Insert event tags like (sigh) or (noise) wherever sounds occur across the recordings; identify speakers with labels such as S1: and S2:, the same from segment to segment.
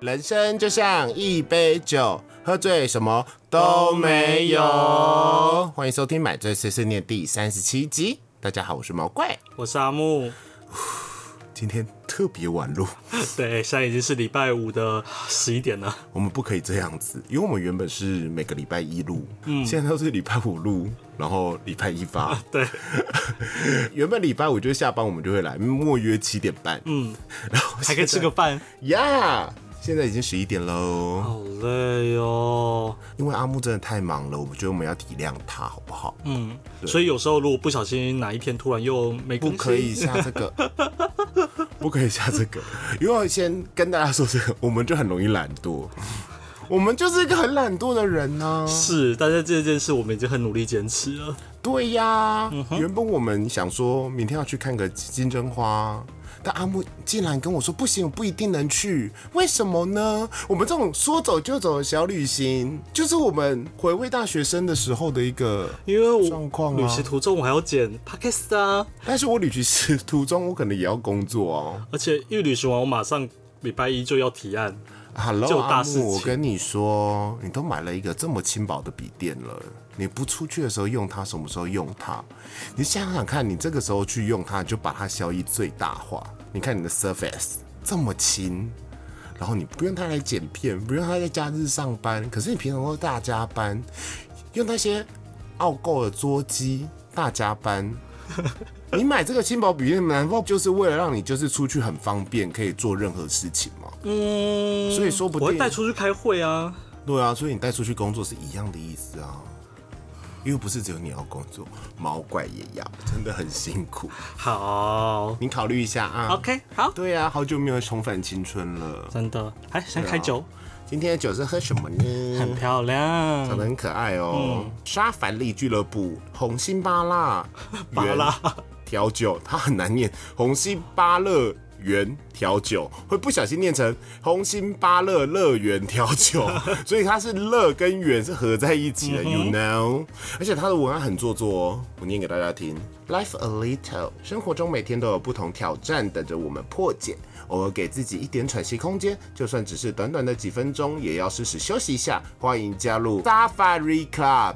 S1: 人生就像一杯酒，喝醉什么都没有。欢迎收听《买醉碎碎念》第三十七集。大家好，我是毛怪，
S2: 我是阿
S1: (laughs)
S2: 木。
S1: 今天特别晚录，
S2: 对，现在已经是礼拜五的十一点
S1: (laughs)
S2: 了。
S1: 我们不可以这样子，因为我们原本是每个礼拜一录，嗯，现在都是礼拜五录，然后礼拜一发。 (laughs)
S2: 对，
S1: 原本礼拜五就是下班我们就会来，莫约七点半，嗯，然后
S2: 还可以吃个饭，
S1: 呀。现在已经十一点喽，
S2: 好累哦。
S1: 因为阿木真的太忙了，我觉得我们要体谅他，好不好？嗯，
S2: 所以有时候如果不小心哪一天突然又没
S1: 不
S2: 更
S1: 可以
S2: 新，
S1: 下这个，不可以下这个，因为我先跟大家说这个，我们就很容易懒惰，我们就是一个很懒惰的人呢、
S2: 是，但是这件事我们已经很努力坚持了。
S1: 对呀、原本我们想说明天要去看个金针花。但阿木竟然跟我说不行，我不一定能去，为什么呢？我们这种说走就走的小旅行，就是我们回味大学生的时候的一个
S2: 因为我
S1: 状况啊
S2: 旅行途中我还要剪 podcast 啊，
S1: 但是我旅行 (laughs) 途中，我可能也要工作哦。
S2: 而且一旅行完我马上礼拜一就要提案，
S1: Hello，
S2: 就
S1: 阿
S2: 大事情
S1: 木，我跟你说，你都买了一个这么轻薄的笔电了，你不出去的时候用它，什么时候用它？你想想看，你这个时候去用它，你就把它效益最大化。你看你的 Surface 这么轻，然后你不用它来剪片，不用它在假日上班，可是你平常都大加班，用那些奥购的桌机大加
S2: (laughs)
S1: 班。你买这个轻薄笔电，难道就是为了让你就是出去很方便，可以做任何事情吗？
S2: 嗯，
S1: 所以说不定
S2: 我会带出去开会啊。
S1: 对啊，所以你带出去工作是一样的意思啊。因为不是只有你要工作，毛怪也要，真的很辛苦。
S2: 好
S1: 你考虑一下啊。
S2: ，OK，好，
S1: 对啊，好久没有重返青春了。
S2: 真的，哎，先
S1: 啊
S2: 开酒，
S1: 今天的酒是喝什么呢？
S2: 很漂亮，
S1: 长得很可爱
S2: 嗯
S1: 哦。沙凡利俱乐部红心巴拉
S2: 巴拉
S1: 原调酒，它很难念，红心巴乐园调酒会不小心念成红心巴乐乐园调
S2: (laughs)
S1: 酒，所以它是乐跟园是合在一起的、y
S2: 嗯
S1: o u know。而且它的文案很做作哦，我念给大家听：Life a little，生活中每天都有不同挑战等着我们破解。偶尔给自己一点喘息空间，就算只是短短的几分钟，也要适时休息一下。欢迎加入 Safari Club，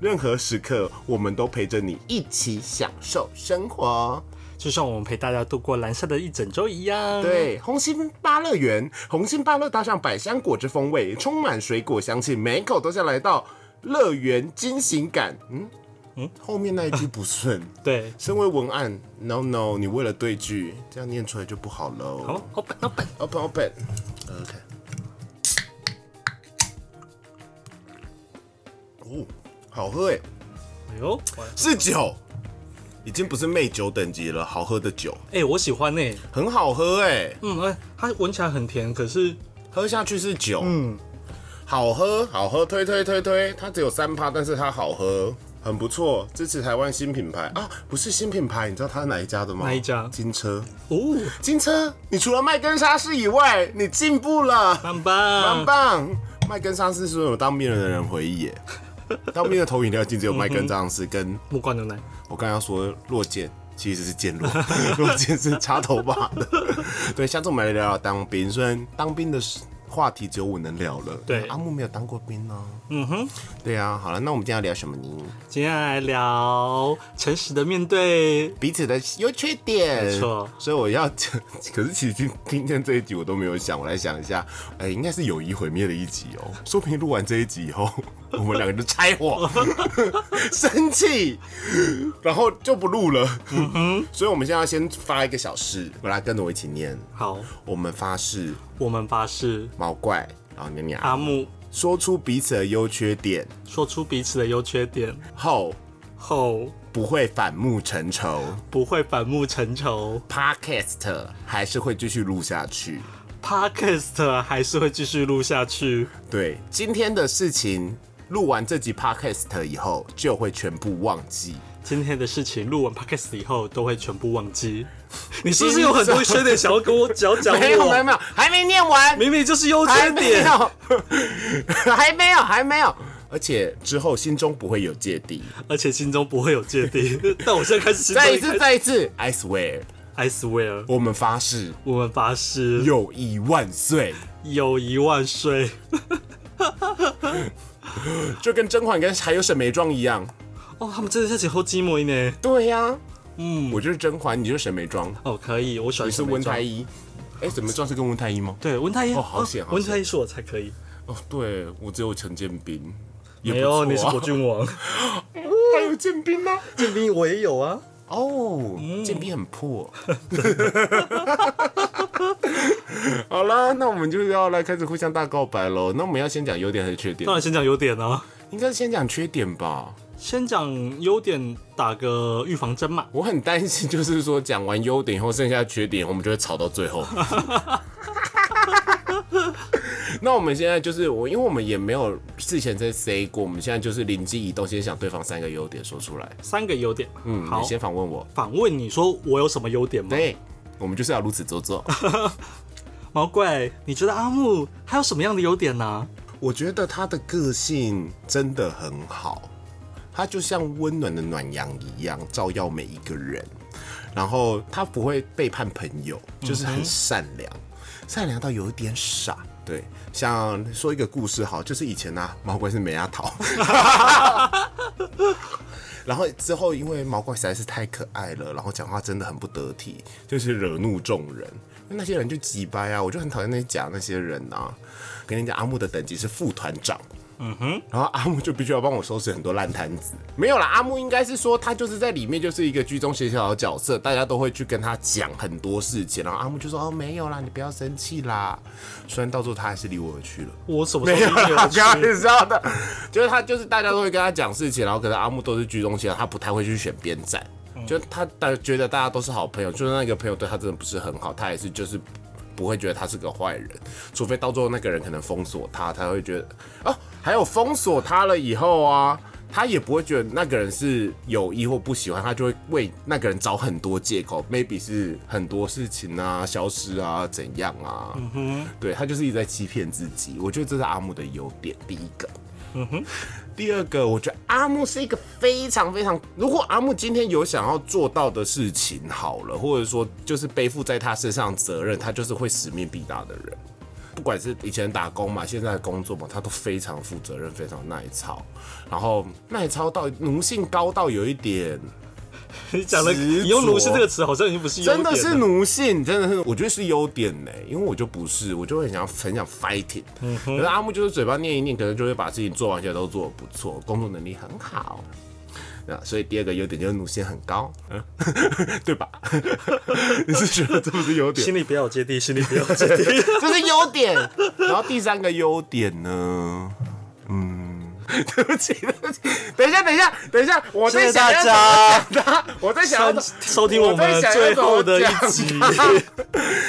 S1: 任何时刻我们都陪着你一起享受生活。
S2: 就像我们陪大家度过蓝色的一整周一样。，
S1: 对，红心芭乐园，红心芭乐搭上百香果汁风味，充满水果香气，每一口都像来到乐园惊醒感。嗯嗯，后面那一句不顺。
S2: 对，
S1: 身为文案，no no，你为了对句，这样念出来就不好哦喽。
S2: 好，open open，
S1: Open, open. OK. 哦，好喝哎，
S2: 哎呦，
S1: 是酒，已经不是媚酒等级了，好喝的酒，
S2: 哎、我喜欢呢、
S1: 很好喝哎，
S2: 嗯，哎、它闻起来很甜，可是
S1: 喝下去是酒，嗯，好喝，好喝，推推推推，它只有三趴，但是它好喝。很不错，支持台湾新品牌啊！不是新品牌，你知道它是哪一家的吗？
S2: 哪一家
S1: 金车，
S2: 哦，
S1: 金车，你除了卖根沙士以外，你进步了。
S2: 棒
S1: 棒，
S2: 棒
S1: 棒！麦根上司是我当兵的人回忆 (laughs) 耶，当兵的投影料镜只有麦根上司跟
S2: 木瓜牛奶，
S1: 我刚刚说落剑。其实是剑 (laughs) 落，落剑是插头发的。对，下次我们来聊聊当兵。虽然当兵的话题只有我能聊了，
S2: 对
S1: 阿木没有当过兵呢、嗯哼，对啊。好了，那我们今天要聊什么呢？
S2: 今天来聊诚实的面对。
S1: 彼此的优缺点。
S2: 没错
S1: 所以我要， (laughs) 可是其实今今天这一集我都没有想，我来想一下，哎、应该是友谊毁灭的一集哦、说不定录完这一集以后，我们两个就拆
S2: (laughs)
S1: 伙，生气，然后就不录了。
S2: 嗯
S1: 所以我们现在要先发一个小誓，我来跟着我一起念，
S2: 好，
S1: 我们发誓，
S2: 我们发誓，
S1: 毛怪，然后娘娘，
S2: 阿木
S1: 说出彼此的优缺点
S2: 说出彼此的优缺点
S1: 后，
S2: 后，
S1: 不会反目成仇
S2: 不会反目成仇。
S1: ，Podcast 还是会继续录下去。
S2: Podcast 还是会继续录下去。
S1: 对，今天的事情录完这集 podcast 以后，就会全部忘记。
S2: 今天的事情录完 podcast 以后，都会全部忘
S1: (laughs)
S2: 记。你是不是有很多缺点想要跟我讲讲
S1: 没有，没有，
S2: 我？
S1: 没有，还没念完，
S2: 明明就是优
S1: 还
S2: 缺
S1: 没
S2: 点，
S1: 有， (laughs) 还没有，还没有。而且之后心中不会有芥 (laughs) 蒂。
S2: 而且心中不会有芥
S1: (laughs)
S2: 蒂。但我现在开始心中
S1: 再一
S2: 已经
S1: 次，再一次，I swear，
S2: ，I swear，
S1: 我们发誓
S2: 我们发誓，
S1: 友谊万岁。
S2: 友谊万岁！
S1: 就跟甄嬛跟还有沈眉庄一样。
S2: 哦，他们真的在前后寂寞呢。
S1: 对呀、嗯，我就是甄嬛，你就是沈眉庄，
S2: 哦，可以，我喜欢
S1: 你是
S2: 沈眉
S1: 温太
S2: 庄。
S1: 医。哎，沈眉庄是跟温太医吗？
S2: 对，温太医
S1: 哦好险
S2: 啊
S1: 好
S2: 温
S1: 险
S2: 太医是我才可以。
S1: 哦，对，我只有陈建斌。也
S2: 没
S1: 不错
S2: 有，
S1: 啊
S2: 你是果郡王，
S1: 还有建斌吗？
S2: 这兵我也有啊。
S1: 哦，建斌很破。 (laughs) 好啦，那我们就要来开始互相大告白喽。那我们要先讲优点还是缺点
S2: 当？然先讲优点啊，
S1: 应该是先讲缺点吧。
S2: 先讲优点，打个预防针嘛。
S1: 我很担心，就是说讲完优点以后，剩下的缺点，我们就会吵到最后。 (laughs) 那我们现在就是我，因为我们也没有事前在 say 过，我们现在就是灵机一动，先想对方三个优点说出来。
S2: 三个优点，嗯，好
S1: 你，先访问我，
S2: 反问你说我有什么优点吗？
S1: 对，我们就是要如此做作。
S2: 毛怪，你觉得阿木还有什么样的优点呢、
S1: 我觉得他的个性真的很好，他就像温暖的暖阳一样，照耀每一个人。然后他不会背叛朋友，就是很善良，善良到有一点傻。对，像说一个故事好，就是以前啊，毛怪是美阿桃，然后之后因为毛怪实在是太可爱了，然后讲话真的很不得体，就是惹怒众人。因为那些人就挤掰啊，我就很讨厌那些假那些人啊。跟你讲，阿木的等级是副团长。嗯哼，然后阿木就必须要帮我收拾很多烂摊子。没有啦，阿木应该是说他就是在里面就是一个居中协调的角色，大家都会去跟他讲很多事情，然后阿木就说哦没有啦，你不要生气啦。虽然到最后他还是离我而去了。
S2: 我什么
S1: 没
S2: 时
S1: 有啊
S2: 候有
S1: 啦，开玩
S2: 去？
S1: (laughs) 笑的，就是他就是大家都会跟他讲事情，然后可能阿木都是居中协调，他不太会去选边站，就他大觉得大家都是好朋友，就是那个朋友对他真的不是很好，他也是就是。不会觉得他是个坏人，除非到最后那个人可能封锁他，他会觉得哦，还有封锁他了以后啊，他也不会觉得那个人是有意或不喜欢，他就会为那个人找很多借口，maybe 是很多事情啊、消失啊、怎样啊，对他就是一直在欺骗自己。我觉得这是阿木的优点，第一个。第二个，我觉得阿木是一个非常非常，如果阿木今天有想要做到的事情好了，或者说就是背负在他身上的责任，他就是会使命必达的人。不管是以前打工嘛，现在的工作嘛，他都非常负责任，非常耐操，然后耐操到奴性高到有一点，
S2: 你讲了，
S1: 执着
S2: 你用“奴性”这个词，好像已经不是优点啊
S1: 真
S2: 了
S1: 的是奴性，真的是，我觉得是优点呢、因为我就不是，我就会很想很想 fighting，、可
S2: 嗯
S1: 是阿木就是嘴巴念一念，可能就会把事情做完，现在都做的不错，工作能力很好。那所以第二个优点就是奴性很高，嗯， (laughs) 对吧？ (laughs) 你是觉得这不是优点？
S2: (laughs) 心里不要有芥蒂，心里不要有芥蒂。
S1: 这是优点。然后第三个优点呢？嗯， (laughs) 对不起，对 (laughs) 不起，等一下，等一下，等一下，我在
S2: 谢谢
S1: 想要
S2: 大家
S1: 怎么讲它，我在想要
S2: 收
S1: 怎
S2: 收听我们最后的一集。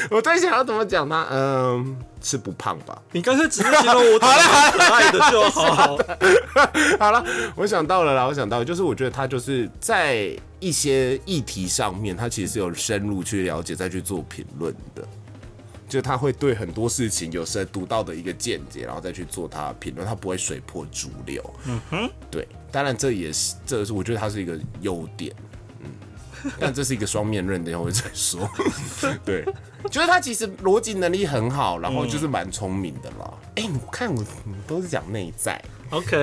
S1: 我在想要怎么讲它，嗯，是不胖吧？
S2: 你干脆直接形容我好了可爱的就好。
S1: (laughs) 好了，我想到了啦，我想到了，就是我觉得他就是在一些议题上面，他其实是有深入去了解再去做评论的。就他会对很多事情有深独到的一个见解，然后再去做他的评论，他不会水破主流。嗯哼，对，当然这也是，这是我觉得他是一个优点。 (laughs) 嗯，但这是一个双面刃，等一下我再说。 (laughs) 对，就是他其实逻辑能力很好，然后就是蛮聪明的啦。哎、你看我，你都是讲内在。
S2: OK，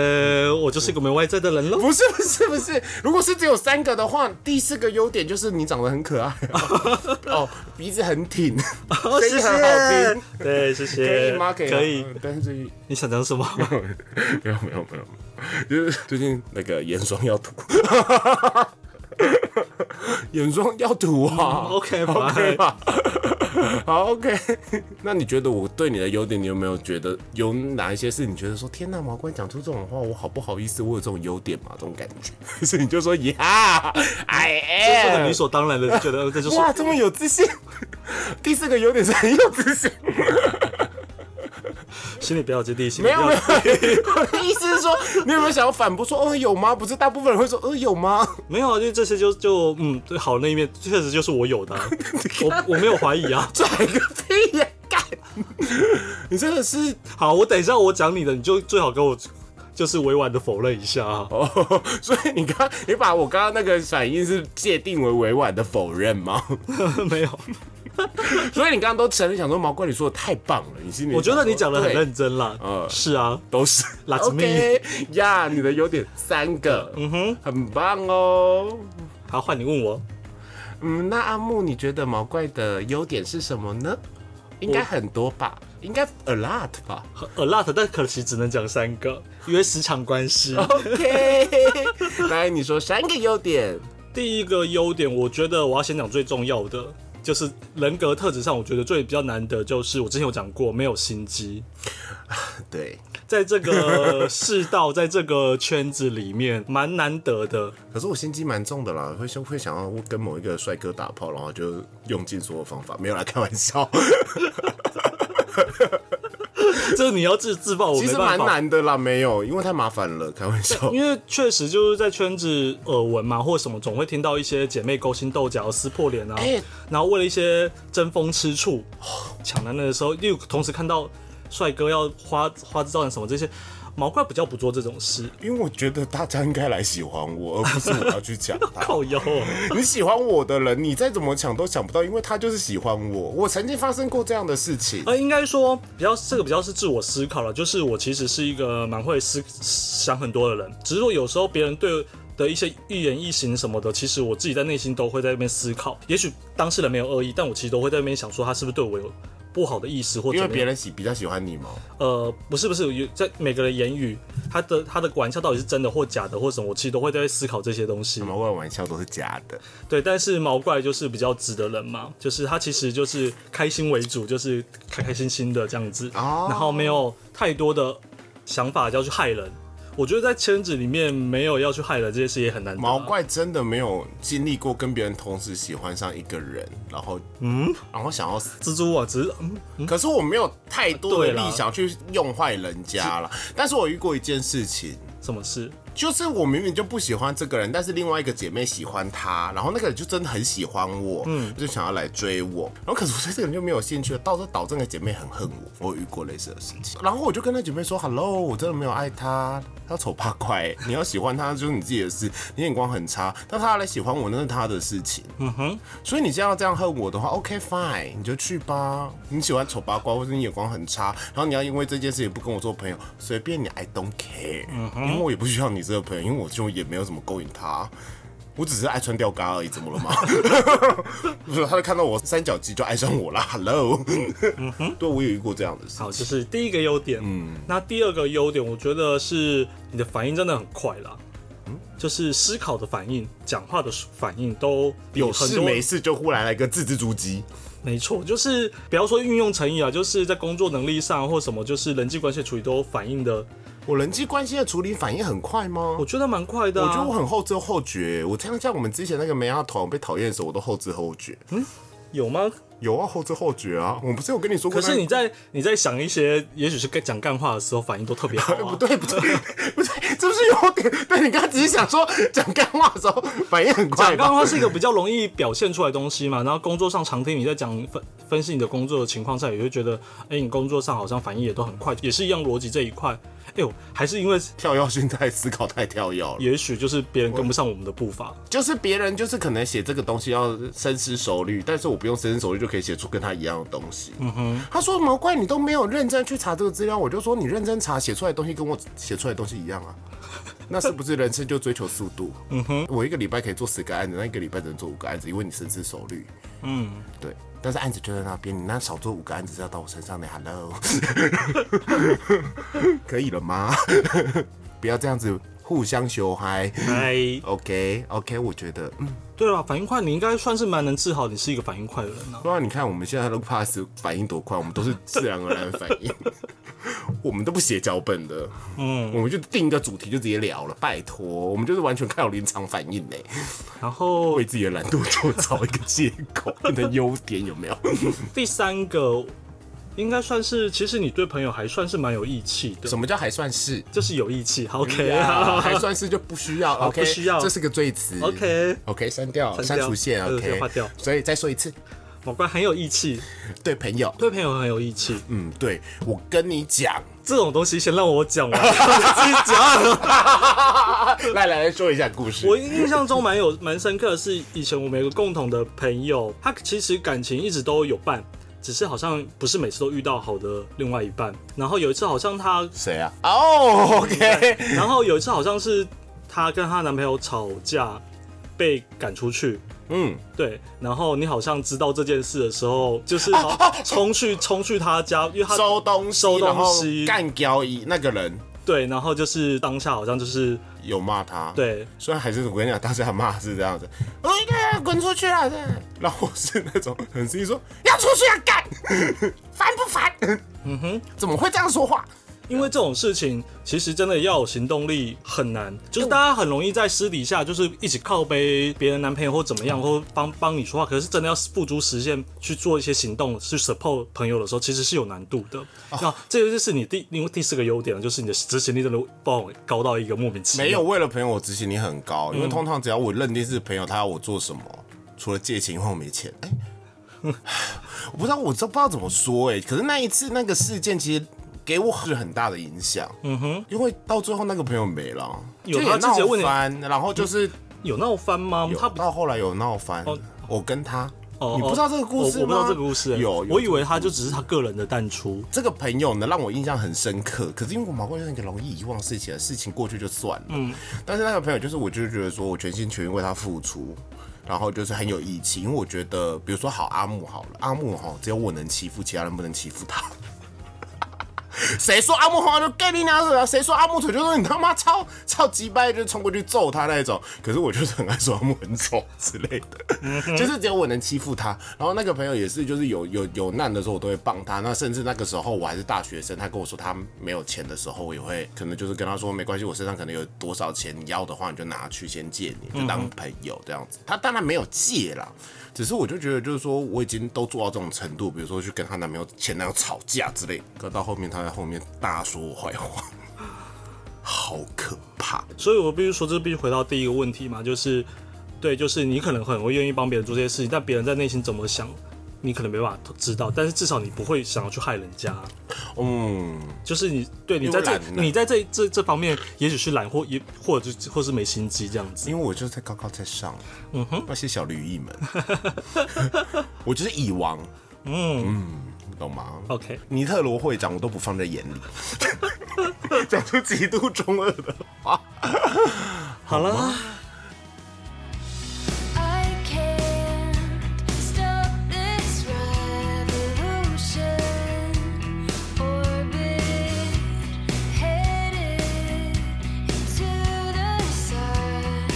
S2: 我就是一个没外在的人喽。
S1: 不是不是不是，如果是只有三个的话，第四个优点就是你长得很可爱、哦，鼻子很挺，声音很好听，，
S2: 对，谢谢。
S1: 可以吗？可以吗
S2: 可以。
S1: 嗯但是最近
S2: 你想讲什么？
S1: 没有没有没有，就是最近那个眼霜要涂，眼霜要涂啊、
S2: 嗯，OK，
S1: OK 吧。好，OK。那你觉得我对你的优点，你有没有觉得有哪一些是你觉得说，天呐，毛官讲出这种话，我好不好意思？我有这种优点吗？这种感觉， (laughs) 所以你就说
S2: 或者
S1: ，Yeah，I
S2: 理
S1: am。
S2: 所当然的就觉得呃这就是
S1: 哇，这么有自信。 (laughs) 第四个优点是很有自信。
S2: 心里不要芥蒂，心里
S1: 没
S2: 不
S1: 有
S2: 要
S1: 没有，我的 (laughs) 意思是说，你有没有想要反驳说，哦有吗？不是大部分人会说，哦有 (laughs) 吗？
S2: (laughs) 没有啊，就这些就就嗯，对，好那一面确实就是我有
S1: (laughs)
S2: 的啊、我我没有怀疑啊。
S1: 拽个屁呀、干！你真的是
S2: 好，我等一下我讲你的，你就最好给我就是委婉的否认一下啊。 (laughs)
S1: 哦，所以你刚你把我刚刚那个反应是界定为委婉的否认吗？ (laughs)
S2: 没有，
S1: 所以你刚刚都承认，想说毛怪你说的太棒了，你心里
S2: 我觉得你
S1: 说
S2: 讲的很
S1: 对呃
S2: 认真啦。嗯，是啊，
S1: 都是
S2: That's me
S1: OK (laughs) 呀你的优点三个，嗯哼，很棒哦。
S2: 好，换你问我。
S1: 嗯，那阿木，你觉得毛怪的优点是什么呢？应该很多吧，应该 a lot 吧。
S2: 很 a lot，但可惜只能讲三个，因为时长关系。
S1: 哦 OK，来，你说三个优点。
S2: 第一个优点，我觉得我要先讲最重要的，就是人格特质上，我觉得最比较难的就是我之前有讲过，没有心机。
S1: 对，
S2: 在这
S1: (laughs)
S2: 个世道，在这个圈子里面，蛮难得的。
S1: 可是我心机蛮重的啦，会会想要跟某一个帅哥打炮，然后就用尽所有方法，没有来开玩
S2: (laughs)
S1: 笑，
S2: 这你要自自爆，我
S1: 其
S2: 没
S1: 实
S2: 办
S1: 蛮
S2: 法。
S1: 难的啦，没有，因为太麻烦了，开玩笑。
S2: 因为确实就是在圈子耳闻嘛，或什么，总会听到一些姐妹勾心斗角、撕破脸啊，
S1: 哎
S2: 然后为了一些争风吃醋、抢男人的时候，又同时看到帅哥要花花枝招展什么这些，毛怪比较不做这种事，
S1: (laughs) 因为我觉得大家应该来喜欢我，而不是我要去抢
S2: (laughs)
S1: 他。
S2: 靠腰哦、
S1: 你喜欢我的人，你再怎么抢都抢不到，因为他就是喜欢我。我曾经发生过这样的事情。
S2: 呃，应该说比较这个比较是自我思考了，就是我其实是一个蛮会思想很多的人，只是说有时候别人对的一些一言一行什么的，其实我自己在内心都会在那边思考。也许当事人没有恶意，但我其实都会在那边想说他是不是对我有不好的意思，或者
S1: 因为别人喜比较喜欢你嘛，
S2: 呃不是不是有在每个人言语他的他的玩笑到底是真的或假的或什么，我其实都会在思考这些东西。
S1: 毛怪玩笑都是假的。
S2: 对，但是毛怪就是比较直的人嘛，就是他其实就是开心为主，就是开开心心的这样子，
S1: 哦
S2: 然后没有太多的想法要去害人。我觉得在圈子里面没有要去害人这件事也很难得啊。
S1: 毛怪真的没有经历过跟别人同时喜欢上一个人，然后嗯，然后想要死。
S2: 蜘蛛网只是嗯
S1: 可是我没有太多的
S2: 对啦
S1: 力想去用坏人家了。但是我遇过一件事情，
S2: 什么事？
S1: 就是我明明就不喜欢这个人，但是另外一个姐妹喜欢他，然后那个人就真的很喜欢我，嗯，就想要来追我，然后可是我对这个人就没有兴趣了，到时候导致那个姐妹很恨我，我有遇过类似的事情，然后我就跟那姐妹说，Hello，我真的没有爱他，他丑八怪、你要喜欢他就是你自己的事，你眼光很差，但他来喜欢我那是他的事情，嗯哼，所以你现在要这样恨我的话，OK fine，你就去吧，你喜欢丑八怪或者你眼光很差，然后你要因为这件事情不跟我做朋友，随便你，I don't care，因为
S2: 嗯
S1: 我也不需要你这个朋友，因为我就也没有怎么勾引他。我只是爱穿吊嘎而已，怎么了吗？ (laughs) 不是，他就看到我三角肌就爱上我啦。Hello，对我有遇过这样的事
S2: 嗯好，
S1: 情，
S2: 这是第一个优点。嗯，那第二个优点，我觉得是你的反应真的很快啦。
S1: 嗯
S2: 就是思考的反应、讲话的反应都比
S1: 有
S2: 很
S1: 事
S2: 多
S1: 没事就忽然来个字字珠玑，
S2: 没错，就是不要说运用诚意啊，就是在工作能力上或什么，就是人际关系处理都反应的，
S1: 我人际关系的处理反应很快吗？
S2: 我觉得蛮快的、啊。
S1: 我觉得我很后知后觉，我像像我们之前那个梅亚团被讨厌的时候，我都后知后觉。
S2: 有吗？
S1: 有啊，后知后觉啊，我不是有跟你说过
S2: 可
S1: 那？
S2: 是你在你在想一些，也许是跟讲干话的时候，反应都特别好、
S1: (laughs) 不
S2: 啊。
S1: 对不对不对，这不是有点？对你刚刚只是想说讲干话的时候反应很快
S2: 讲干
S1: 吧？
S2: 话是一个比较容易表现出来的东西嘛，然后工作上常听你在讲分分析你的工作的情况下，也会觉得，哎、你工作上好像反应也都很快，也是一样逻辑这一块。哎呦，还是因为
S1: 跳跃性太思考太跳跃了。
S2: 也许就是别人跟不上我们的步伐。
S1: 就是别人就是可能写这个东西要深思熟虑，但是我不用深思熟虑就可以写出跟他一样的东西。嗯哼，他说毛怪你都没有认真去查这个资料，我就说你认真查写出来的东西跟我写出来的东西一样啊， (laughs) 那是不是人生就追求速度？嗯哼，我一个礼拜可以做十个案子，那一个礼拜只能做五个案子，因为你深思熟虑。嗯，对。但是案子就在那边，你那少做五个案子是要到我身上的，Hello，可以了吗？ (laughs) 不要这样子互相求嗨。
S2: 哎，
S1: OK OK，我觉得，嗯，
S2: 对了，反应快，你应该算是蛮能治好你是一个反应快的人啊。
S1: 不然你看我们现在都 pass 反应多快，我们都是自然而然的反应， (laughs) 我们都不写脚本的，嗯，我们就定一个主题就直接聊了，拜托，我们就是完全靠临场反应呢，
S2: 然后
S1: 为自己的懒惰就找一个借口，你的优点有没有？
S2: 第三个应该算是，其实你对朋友还算是蛮有义气的，
S1: 什么叫还算是？
S2: 就是有义气。OK
S1: (laughs) 啊，
S2: 啊
S1: 还算是就不需要，OK，
S2: 不需要
S1: 这是个罪词
S2: ，OK，
S1: OK，删掉，
S2: 删
S1: 删
S2: 掉
S1: 除线
S2: 呃对
S1: ，OK，
S2: 划掉
S1: 所以再说一次，
S2: 某官很有义气，
S1: 对朋友，
S2: 对朋友很有义气。
S1: 嗯，对我跟你讲，
S2: 这种东西先让我讲完， (laughs) 自己讲。
S1: (laughs) 来来来说一下故事。
S2: 我印象中蛮有蛮深刻的是，以前我们有个共同的朋友，他其实感情一直都有伴，只是好像不是每次都遇到好的另外一半。然后有一次好像他，
S1: 谁啊？哦、o k
S2: 然后有一次好像是她跟她男朋友吵架，被赶出去。
S1: 嗯，
S2: 对，然后你好像知道这件事的时候，就是好
S1: (laughs)
S2: 冲去冲去他家，因为他
S1: 收东西，
S2: 收
S1: 然
S2: 东
S1: 后
S2: 西，
S1: 干掉一那个人
S2: 对，然后就是当下好像就是
S1: 有骂他，，
S2: 对，
S1: 虽然还是我跟你讲，当时他骂是这样子，我一个人滚出去了，对，然后我是那种很生气说要出去要啊干， (laughs) 烦不烦？嗯哼，怎么会这样说话？
S2: 因为这种事情其实真的要有行动力很难，就是大家很容易在私底下就是一起靠背别人男朋友或怎么样，
S1: 嗯
S2: 或帮帮你说话，可是真的要付诸实现去做一些行动去 support 朋友的时候，其实是有难度的。
S1: 哦
S2: 那这就是你第另外第四个优点了，就是你的执行力真的帮我高到一个莫名其妙。
S1: 没有，为了朋友，我执行力很
S2: 嗯
S1: 高，因为通常只要我认定是朋友，他要我做什么，除了借钱，因为我没钱。哎、 (laughs) 我不知道，我都不知道怎么说哎、可是那一次那个事件，其实给我是很大的影响。嗯哼，因为到最后那个朋友没了，
S2: 有
S1: 就
S2: 他
S1: 也
S2: 自己
S1: 闹
S2: 问你
S1: 翻，然后就是
S2: 有闹翻吗？
S1: 有
S2: 他不
S1: 到后来有闹翻，我跟他。
S2: 哦
S1: 你不知道这个故事吗？
S2: 我我不知道这个故事、
S1: 有，有
S2: 我以为他就只是他个人的淡出。
S1: 这个朋友呢，让我印象很深刻。可是因为我毛怪就是一个容易遗忘事情的事情，过去就算了。嗯，但是那个朋友就是，我就是觉得说我全心全意为他付出，然后就是很有义气。因为我觉得，比如说好阿木好了，阿木哈，只有我能欺负，其他人不能欺负他。谁说阿木红就 gay 你娘的？谁说阿木腿就说你他妈超超级掰，就冲过去揍他那一种。可是我就是很爱说阿木很丑之类的，就是只有我能欺负他。然后那个朋友也是，就是有有有难的时候我都会帮他。那甚至那个时候我还是大学生，他跟我说他没有钱的时候，我也会可能就是跟他说没关系，我身上可能有多少钱，你要的话你就拿去先借你，就当朋友这样子。他当然没有借啦。只是我就觉得，就是说我已经都做到这种程度，比如说去跟她男朋友、前男友吵架之类，可到后面她在后面大说我坏话，好可怕。
S2: 所以我必须说，这必须回到第一个问题嘛，就是对，就是你可能很会愿意帮别人做这些事情，但别人在内心怎么想，你可能没办法知道。但是至少你不会想要去害人家，
S1: 嗯，
S2: 就是你对你
S1: 因
S2: 在
S1: 为
S2: 这
S1: 懒啊
S2: 你在这这这方面，也许是懒或也或者就或是没心机这样子。
S1: 因为我就是在高高在上，嗯哼，那些小驴艺们， (laughs) 我就是蚁王，嗯嗯，懂吗？
S2: OK，
S1: 尼特罗会长我都不放在眼 (laughs) 里，讲出极度中二的话。
S2: 好了，
S3: I can't stop this revolution. Orbit headed into the sun.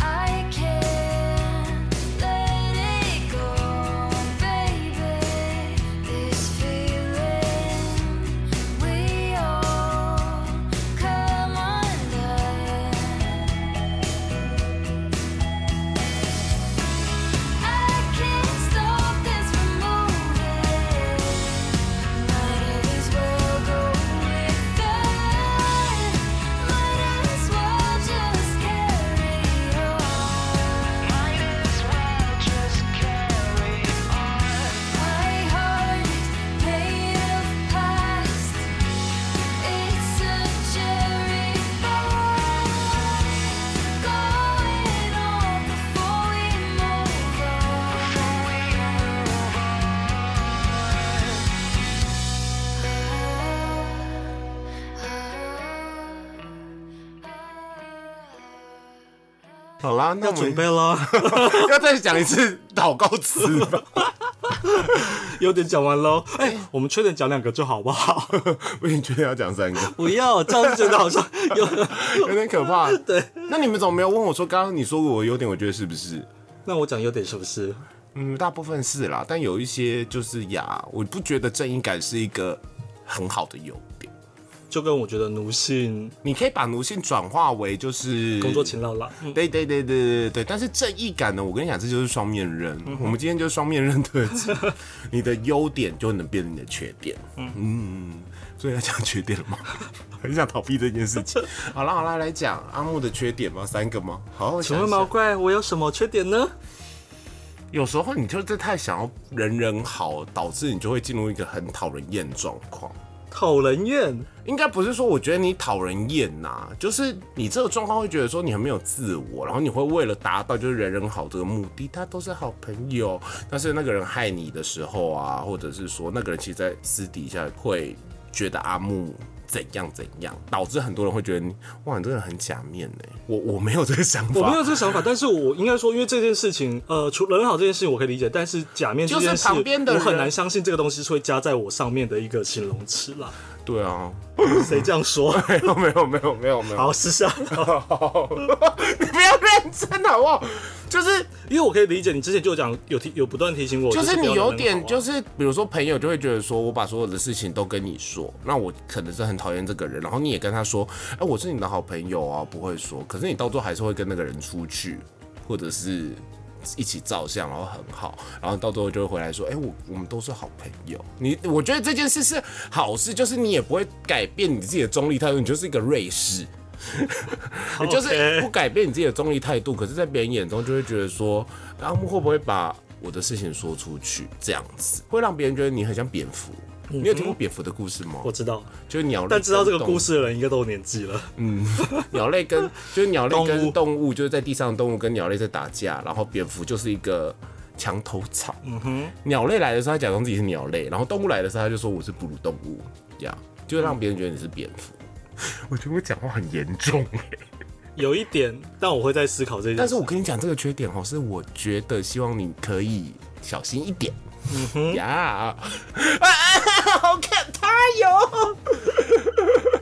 S3: I can't let it go, baby. This feeling we all come undone. I can't stop this from moving. Might as well go with it. Might as well just carry on. Might as well just carry on. My heart is made of past. It's a cherry bomb. Going on before we move on.
S1: 好啦，那
S2: 要
S1: 我
S2: 准
S1: 们
S2: 备了，
S1: 要再讲一次祷告词吧。
S2: (laughs) 有点讲完喽。哎、我们缺点讲两个就好不好？
S1: (laughs) 我已经决定要讲三个。
S2: 不要这样，觉得好像有。
S1: (laughs) 有点可怕。对，那你们怎么没有问我说，刚刚你说我的优点，我觉得是不是？
S2: (laughs) 那我讲优点是不是？
S1: 嗯，大部分是啦，但有一些就是呀，我不觉得正义感是一个很好的优点。
S2: 就跟我觉得奴性、
S1: 你可以把奴性转化为就是
S2: 工作勤劳啦，嗯，
S1: 对对对对对对，但是正义感呢？我跟你讲，这就是双面刃。
S2: 嗯
S1: 我们今天就是双面刃特辑，你的优点就能变成你的缺点。嗯所以要讲缺点了吗？ (laughs) 很想逃避这件事情。好啦好啦，来讲阿木的缺点吗？三个吗？好，我
S2: 请
S1: 想一
S2: 问
S1: 下
S2: 毛怪，我有什么缺点呢？
S1: 有时候你就是太想要人人好，导致你就会进入一个很讨人厌的状况。
S2: 讨人厌，
S1: 应该不是说我觉得你讨人厌呐、就是你这个状况会觉得说你很没有自我，然后你会为了达到就是人人好这个目的，他都是好朋友，但是那个人害你的时候啊，或者是说那个人其实在私底下会觉得阿木。怎样怎样，导致很多人会觉得你哇，你这个人很假面呢、我我没有这个想法，
S2: 我没有这个想法，但是我应该说，因为这件事情，呃，除人好这件事情我可以理解，但是假面这件
S1: 就是
S2: 事，
S1: 旁边的
S2: 我
S1: 人
S2: 很难相信这个东西是会加在我上面的一个形容词
S1: (laughs)
S2: 啦。
S1: 对啊，
S2: 谁这样
S1: (laughs)
S2: 说？
S1: 没有没有没有没有没有，
S2: 好，啊
S1: (laughs)
S2: 私下，
S1: 你不要认真好不好？就是
S2: 因为我可以理解你之前就有讲有提有不断提醒我，
S1: 就是
S2: 不要
S1: 你有
S2: 人好
S1: 点
S2: 啊
S1: 就是，比如说朋友就会觉得说，我把所有的事情都跟你说，那我可能是很讨厌这个人，然后你也跟他说，哎、我是你的好朋友啊，不会说，可是你到最后还是会跟那个人出去，或者是一起照相，然后很好，然后到最后就会回来说，哎、我我们都是好朋友。你我觉得这件事是好事，就是你也不会改变你自己的中立态度，你就是一个瑞士。 (laughs) 你就是不改变你自己的中立态度，可是，在别人眼中就会觉得说，阿木会不会把我的事情说出去？这样子会让别人觉得你很像蝙蝠。你有听过蝙蝠的故事吗？
S2: 我知道，
S1: 就是鸟类，
S2: 但知道这个故，事的人应该都有年纪了。
S1: (laughs) 鸟类跟就是鸟类
S2: 动物
S1: 跟动物，就是在地上的动物跟鸟类在打架，然后蝙蝠就是一个墙头草。嗯哼，鸟类来的时候，它假装自己是鸟类，然后动物来的时候，它就说我是哺乳动物，这样就让别人觉得你是蝙蝠。我觉得我讲话很严重。
S2: 有一点，但我会在思考这件事。
S1: 但是我跟你讲，这个缺点哦，是我觉得希望你可以小心一点。嗯哼，呀，啊， (laughs) 好看他有。 (laughs)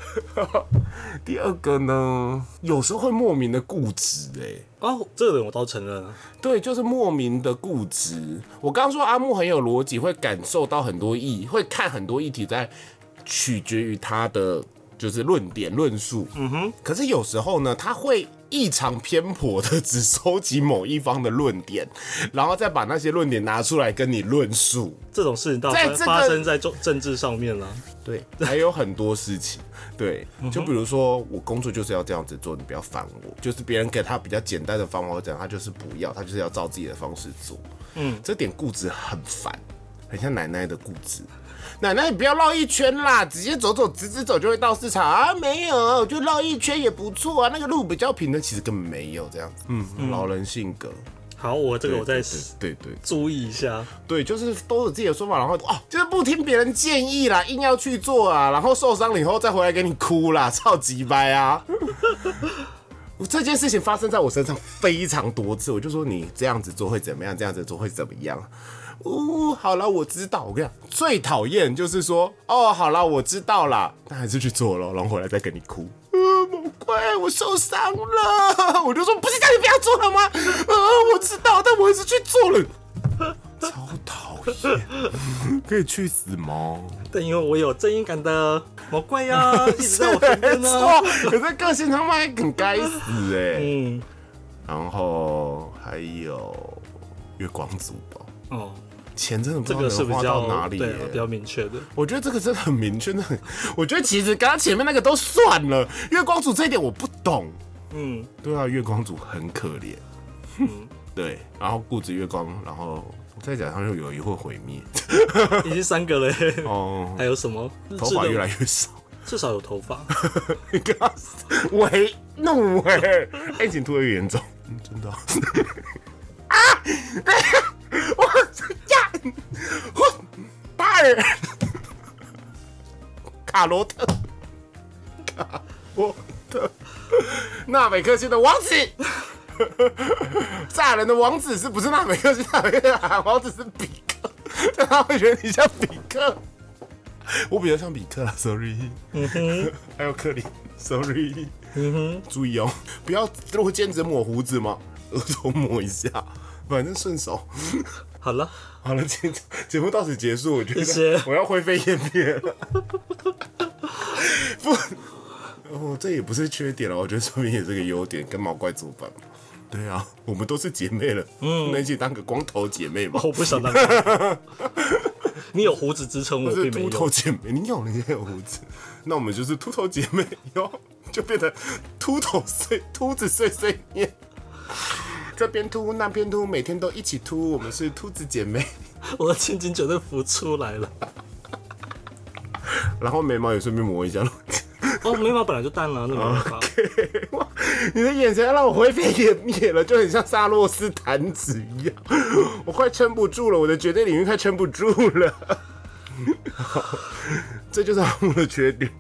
S1: 第二个呢，有时候会莫名的固执哎、
S2: 哦，这个人我倒承认啊，
S1: 对，就是莫名的固执。我刚说阿木很有逻辑，会感受到很多议，会看很多议题，在取决于他的就是论点论述。嗯哼。可是有时候呢，他会异常偏颇的 (laughs) 只收集某一方的论点，然后再把那些论点拿出来跟你论述。
S2: 这种事情到
S1: 在
S2: 发
S1: 这个
S2: 发生在政政治上面了、
S1: 对，嗯还有很多事 (laughs) 情，对，就比如说我工作就是要这样子做，你不要烦我。就是别人给他比较简单的方法，我讲他就是不要，他就是要照自己的方式做。嗯，这点固执很烦，很像奶奶的固执。奶奶，你不要绕一圈啦，直接走走，直直走就会到市场啊。没有，我就绕一圈也不错啊，那个路比较平的，其实根本没有这样子。嗯，老人性格。
S2: 好，我这个我再
S1: 对对
S2: 注意一下。
S1: 对，就是都有自己的说法，然后哦，就是不听别人建议啦，硬要去做啊，然后受伤了以后再回来给你哭啦，超级掰啊！我这件事情发生在我身上非常多次，我就说你这样子做会怎么样，这样子做会怎么样。哦，好了，我知道。我跟你讲，最讨厌就是说，哦，好了，我知道啦，但还是去做了，然后回来再跟你哭。嗯，毛怪，我受伤了。我就说，不是叫你不要做了吗？呃，我知道，但我还是去做了。 (laughs) 超讨厌， (laughs) 可以去死吗？
S2: 但因为我有正义感的魔怪呀、
S1: (laughs)
S2: 一直在我身
S1: 没
S2: 边呢、
S1: 错，可是啊个性他妈很该死哎、
S2: 嗯，
S1: 然后还有月光族吧，
S2: 哦，
S1: 钱真的不知
S2: 这
S1: 道
S2: 个是
S1: 能
S2: 比
S1: 花
S2: 较
S1: 到哪里、
S2: 对比
S1: 耶。
S2: 较明确的。
S1: 我觉得这个真的很明确，真的很。我觉得其实刚刚前面那个都算了，月光族这一点我不懂。
S2: 嗯，
S1: 对啊，月光族很可怜。对，然后固执月光，然后再加上又有一会毁
S2: (laughs)
S1: 灭。
S2: 已经三个了、欸。
S1: (laughs) 哦，
S2: 还有什么？日
S1: 头
S2: 志
S1: 发
S2: 的
S1: 越来越少。
S2: 至少有
S1: (laughs)
S2: 头发。
S1: 你跟他喂弄喂，爱情突然严重，嗯，真的、啊。我呀，我巴尔卡罗特，卡罗特，纳美克星的王子，炸人的王子是不是纳美克星？纳美克星喊王子是比克，但他会觉得你像比克。我比较像比克啦，sorry。还有克林，sorry。注
S2: 嗯
S1: 意哦，不要如果兼职抹胡子嘛，额头抹一下，反正顺手。
S2: 好了，
S1: (laughs) 好了，节节目到此结束，我觉
S2: 谢谢
S1: 得我要灰飞烟灭了。 (laughs) 不，哦，这也不是缺点了，我觉得说明也是个优点，跟毛怪作伴。对啊，我们都是姐妹了，嗯，那一起当个光头姐妹吧，
S2: 我不想当。你 (laughs) 有胡子支撑我，
S1: 是
S2: 并
S1: 秃
S2: 没
S1: 头
S2: 有。 (laughs)
S1: 姐妹，你有人家有胡子，那我们就是秃头姐妹哟，就变成秃头碎秃子碎碎念。这边秃那边秃，每天都一起秃，我们是秃子姐妹。 (laughs)
S2: 我的千金绝对浮出来了。
S1: 然后眉毛也顺便磨一下咯
S2: 哦，眉毛本来就淡了，那没办
S1: 啊
S2: 法。
S1: 哇 (laughs) 你的眼神让我灰飞烟灭了，就很像萨洛斯弹指一样，我快撑不住了，我的绝对领域快撑不住了。 (laughs) 好，这就是阿木的缺点。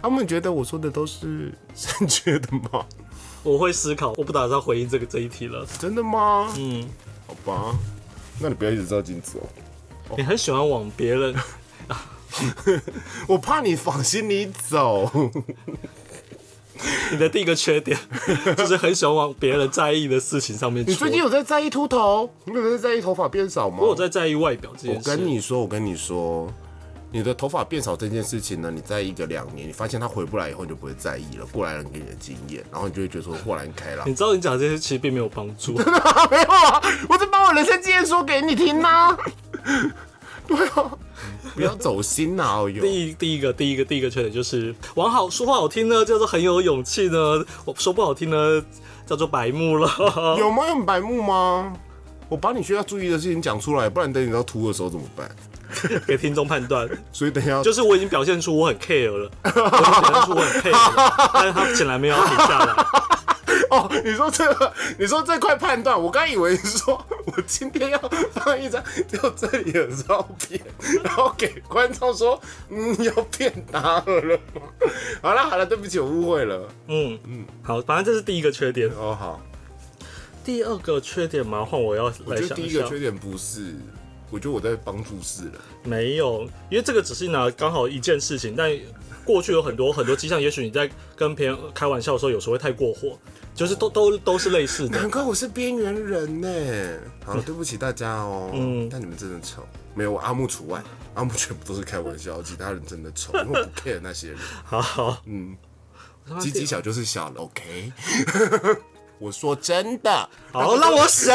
S1: 阿木你觉得我说的都是正确的吗？
S2: 我会思考，我不打算回应这个这一题了。
S1: (laughs) 真的吗？嗯，好吧，那你不要一直照镜子哦，
S2: 你很喜欢往别人，
S1: 我怕你往心里 (laughs) 走。
S2: 你的第一个
S1: (laughs)
S2: 缺点就是很喜欢往别人在意的事情上面戳。
S1: 你最近有在在意秃头？你有在在意头发变少吗？
S2: 我有在在意外表这件
S1: 我
S2: 事。
S1: 跟你说，我跟你说，你的头发变少这件事情呢，你在意个两年，你发现它回不来以后，你就不会在意了。过来人给你的经验，然后你就会觉得说豁然开 (laughs) 朗
S2: 你。知道你讲这些其实并没有帮
S1: (laughs)
S2: 助。
S1: 没有啊，我在把我人生经验说给你听呐、啊。对啊，不要走心呐、啊，哦哟。
S2: 第一第一个第一个第一个缺点就是往好说话好听呢，叫做很有勇气呢；我说不好听呢，叫做白目了。 (laughs)
S1: 有吗？有很白目吗？我把你需要注意的事情讲出来，不然等你到秃的时候怎么办？
S2: 给听众判
S1: (laughs)
S2: 断，
S1: 所以等一下
S2: 就是我已经表现出我很 care 了，我已经表现出我很 care
S1: (laughs)
S2: 了，但是他显然没有要停下来。
S1: 哦，你说这个，你说这块判断，我刚以为你说我今天要放一张只有这里的照片，然后给观众说，嗯，要变大了吗？好了好了，对不起，我误会了。
S2: 嗯嗯，好，反正这是第一个缺点。
S1: 哦好，
S2: 第二个缺点嘛，换我要
S1: 我
S2: 来
S1: 觉得
S2: 想
S1: 第
S2: 一
S1: 一个
S2: 下
S1: 缺。点不是，我觉得我在帮助世人。
S2: 没有，因为这个只是拿刚好一件事情，但过去有很多很多迹象，也许你在跟别人开玩笑的时候，有时候会太过火，就是都都都是类似
S1: (laughs)
S2: 的。
S1: 难怪我是边缘人呢。好了，对不起大家哦。嗯，但你们真的丑，没有我阿木除外，阿木全部都是开玩笑，其他人真的丑，因为我不 care 那些人。
S2: 好好，嗯，
S1: 鸡鸡小就是小了，OK 。 (laughs) 我说真的，
S2: 好，让我想。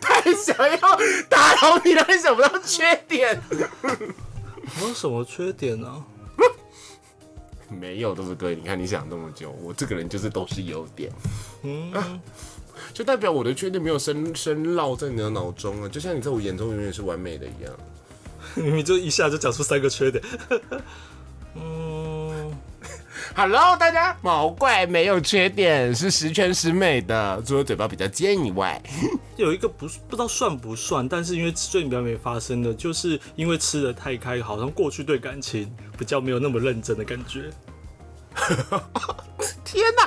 S1: 太想要打扰你了，你想不到缺点，
S2: (laughs)
S1: (laughs)
S2: 我有什么缺点 (laughs) 呢、
S1: 没有对不对？你看你想这么久，我这个人就是都是优点，嗯、就代表我的缺点没有深深烙在你的脑中啊，就像你在我眼中永远是完美的一样。
S2: 明明就一下就讲出三个缺点。 (laughs) 嗯，
S1: Hello，大家，毛怪没有缺点，是十全十美的，除了嘴巴比较尖以外。
S2: 有一个不是不知道算不算，但是因为最近比较没发生的，就是因为吃的太开，好像过去对感情比较没有那么认真的感觉。
S1: 天哪，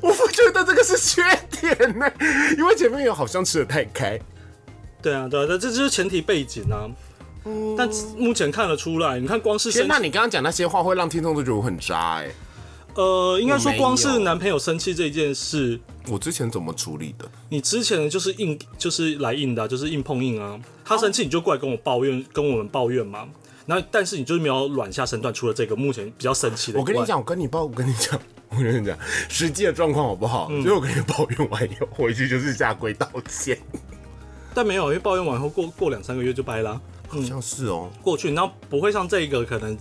S1: 我不觉得这个是缺点呢、 (laughs) 因为前面有好像吃的太开。
S2: 对啊，对啊，对啊这就是前提背景啊。但目前看得出来，你看光是
S1: 天
S2: 生
S1: 哪，你刚刚讲那些话会让听众都觉得我很渣哎、
S2: 呃，应该
S1: 我
S2: 说
S1: 没有
S2: 光是男朋友生气这件事，
S1: 我之前怎么处理的？
S2: 你之前就是硬就是来硬的啊、就是硬碰硬啊。他生气你就过来跟我抱怨，跟我们抱怨嘛。然后但是你就是没有软下身段，除了这个目前比较生气的，
S1: 我跟你，讲，我跟你抱，我跟你讲， (laughs) 我跟你讲，实际的状况好不好？所以我跟你抱怨完以后，回去就是下跪道歉。
S2: 但没有，因为抱怨完后过过两三个月就掰啦、嗯
S1: 好像是哦，
S2: 过去，然后不会像这个可能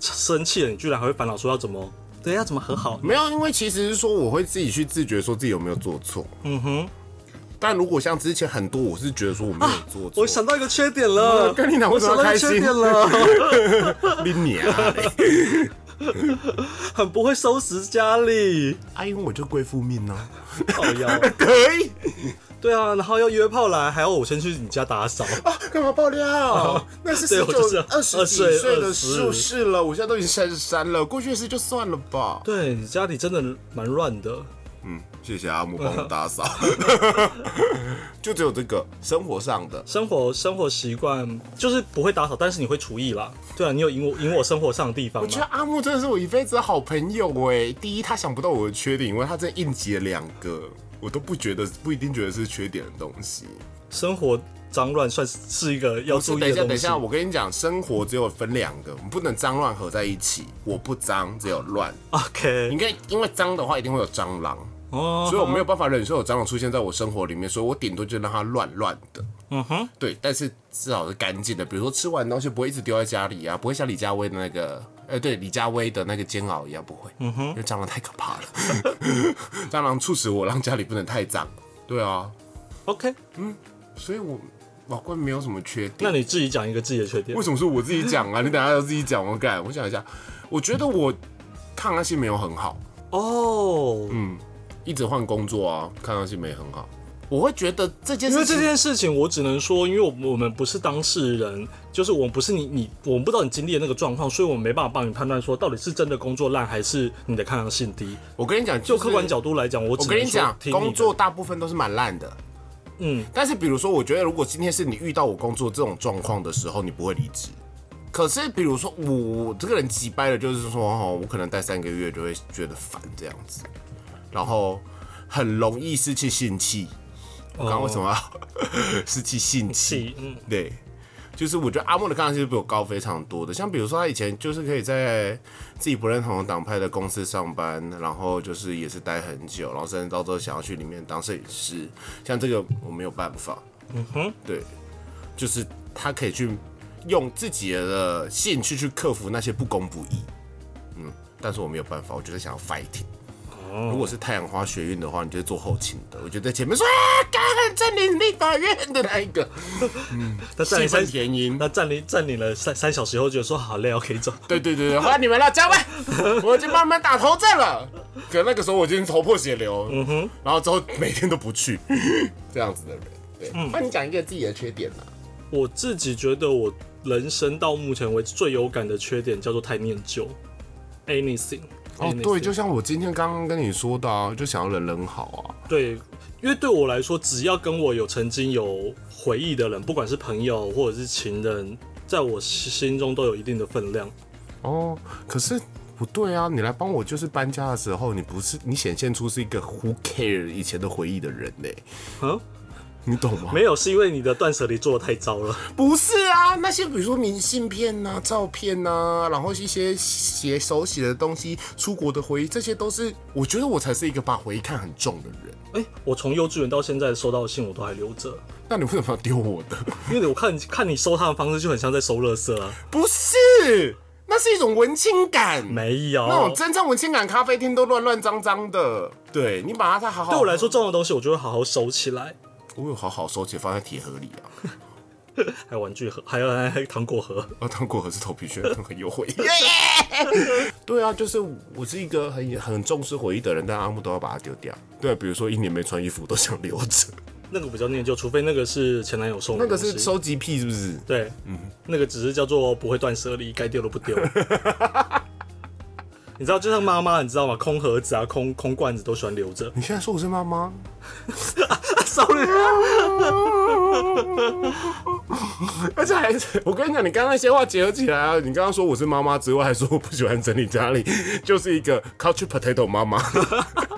S2: 生气了，你居然还会烦恼说要怎么，对，要怎么和好？
S1: 没有，因为其实是说我会自己去自觉，说自己有没有做错。嗯哼。但如果像之前很多，我是觉得 (laughs) 说我没有做错。
S2: 我想到一个缺点了，
S1: 哦跟你讲
S2: 我
S1: 为什么要
S2: 想到一
S1: 开
S2: 个
S1: 心
S2: 缺点了，
S1: 你你啊！ (laughs)
S2: 很不会收拾家里，
S1: 啊，因为我就贵妇命啊呢、
S2: 靠腰，
S1: 可以
S2: (laughs) 对啊，然后要约炮来，还要我先去你家打扫，
S1: 啊？干嘛爆
S2: (laughs)
S1: 料？那是
S2: 对
S1: 十
S2: 我就是
S1: 九
S2: 要
S1: 二十
S2: 二
S1: 几
S2: 岁
S1: 岁的
S2: 二十
S1: 术士了，我现在都已经三十三了，过去的事就算了吧。
S2: 对你家里真的蛮乱的，
S1: 嗯，谢谢阿木帮我打
S2: (laughs)
S1: 扫，就只有这个生活上的。
S2: 生活生活习惯就是不会打扫，但是你会厨艺啦，对啊，你有赢我赢我生活上的地方
S1: 我觉得
S2: 吗？
S1: 阿木真的是我一辈子的好朋友哎、第一，他想不到我的缺点，因为他真的硬挤了两个，我都不觉得，不一定觉得是缺点的东西。
S2: 生活脏乱算是是一个要
S1: 不是，
S2: 注意
S1: 等一
S2: 的
S1: 下，等
S2: 东
S1: 一
S2: 西。
S1: 下，我跟你讲，生活只有分两个，我们不能脏乱合在一起。我不脏，只有乱。
S2: OK，
S1: 应该因为脏的话，一定会有蟑螂，
S2: 哦，
S1: 所以我没有办法忍受有蟑螂出现在我生活里面，所以我顶多就让它乱乱的。
S2: 嗯哼，
S1: 对，但是至少是干净的，比如说吃完东西不会一直丢在家里啊，不会像李佳薇的那个，呃，对，李佳薇的那个煎熬一 (laughs) 样，不会，嗯哼，因为蟑螂太可怕了，蟑螂促使我让家里不能太脏。对啊，
S2: OK，
S1: 所以我瓦罐没有什么缺点
S2: 那。你自己讲一个自己的缺点
S1: 为。什么是我自己讲啊？你等下要自己讲，我干？我想一下，我觉得我抗压性没有很好，
S2: 哦，
S1: 一直换工作啊，抗压性没很好。我会觉得这件
S2: 因为
S1: 事
S2: 这
S1: 情，
S2: 件事情，我只能说，因为我们我们不是当事人，就是我们不是你你，我们不知道你经历的那个状况，所以我们没办法帮你判断说到底是真的工作烂还是你的抗压性低。
S1: 我跟你讲，就
S2: 就是客观角度来讲，我
S1: 我
S2: 只
S1: 跟
S2: 能
S1: 你
S2: 说
S1: 讲，
S2: 听你的
S1: 工作大部分都是蛮烂的。
S2: 嗯，
S1: 但是比如说，我觉得如果今天是你遇到我工作这种状况的时候，你不会离职。可是比如说我我这个人急掰了，就是说哦，我可能待三个月就会觉得烦这样子，然后很容易失去兴气。我刚刚为什么
S2: 哦
S1: 要 (laughs) 失去兴气？
S2: 气，嗯，
S1: 对，就是我觉得阿莫的抗压性是比我高非常多的。像比如说他以前就是可以在自己不认同的党派的公司上班，然后就是也是待很久，然后甚至到最后想要去里面当摄影师。像这个我没有办法，嗯哼，对，就是他可以去用自己的兴趣去克服那些不公不义，嗯，但是我没有办法，我就是想要 fighting。如果是太阳花学运的话，你就是做后勤的。我就在前面说啊，干占领立法院的那一个，
S2: 那占
S1: 义愤
S2: 领三
S1: 填膺
S2: 那占领占领了三三小时以后，觉得说好累，我可以走。 (laughs)
S1: 对对对对，换你们了，加 (laughs) 班，我已经慢慢打头阵了。可那个时候我已经头破血流，嗯哼，然后之后每天都不去， (laughs) 这样子的人。对，那、你讲一个自己的缺点呢、
S2: 我自己觉得我人生到目前为止最有感的缺点叫做太念旧，anything。
S1: 哦，对，
S2: anything
S1: 就像我今天刚刚跟你说的、啊，就想要人人好啊。
S2: 对，因为对我来说，只要跟我有曾经有回忆的人，不管是朋友或者是情人，在我心中都有一定的分量。
S1: 哦，可是不对啊，你来帮我就是搬家的时候，你不是你显现出是一个 who care 以前的回忆的人呢、
S2: 嗯，
S1: 你懂吗？
S2: 没有，是因为你的断舍离做的太糟了。
S1: 不是啊，那些比如说明信片呐、照片呐、然后一些写手写的东西、出国的回忆，这些都是我觉得我才是一个把回忆看很重的人。
S2: 哎、我从幼稚园到现在收到的信我都还留着，
S1: 那你为什么要丢我的？
S2: 因为我看看你收它的方式就很像在收垃圾啊。
S1: 不是，那是一种文青感，
S2: 没有，
S1: 那种真正文青感咖啡厅都乱乱脏脏的。对你把它再好好，
S2: 对我来说，这种东西我就会好好收起来。
S1: 我有好好收起来放在铁盒里啊。
S2: 还有玩具盒，还有还有糖果盒。
S1: 啊， (laughs) 当果核是头皮屑，很有 (laughs) 回忆。对啊，就是我是一个很很重视回忆的人，但阿木都要把它丢掉。对、啊，比如说一年没穿衣服都想留着，
S2: 那个比较念旧，除非那个是前男友送
S1: (laughs)
S2: 的
S1: 那
S2: 东
S1: 个
S2: 西。
S1: 是收集癖是不是？。
S2: 对，嗯，那个只是叫做不会断舍离，该丢的不丢。 (laughs) 你知道，就像妈妈，你知道吗？空盒子啊，空空罐子都喜欢留着 (laughs)
S1: 你现在说我是妈妈？
S2: Sorry，
S1: 而且还是我跟你讲，你刚刚那些话结合起来啊，你刚刚说我是妈妈之外，还说我不喜欢整理家里， (laughs) 就是一个 couch potato 妈妈，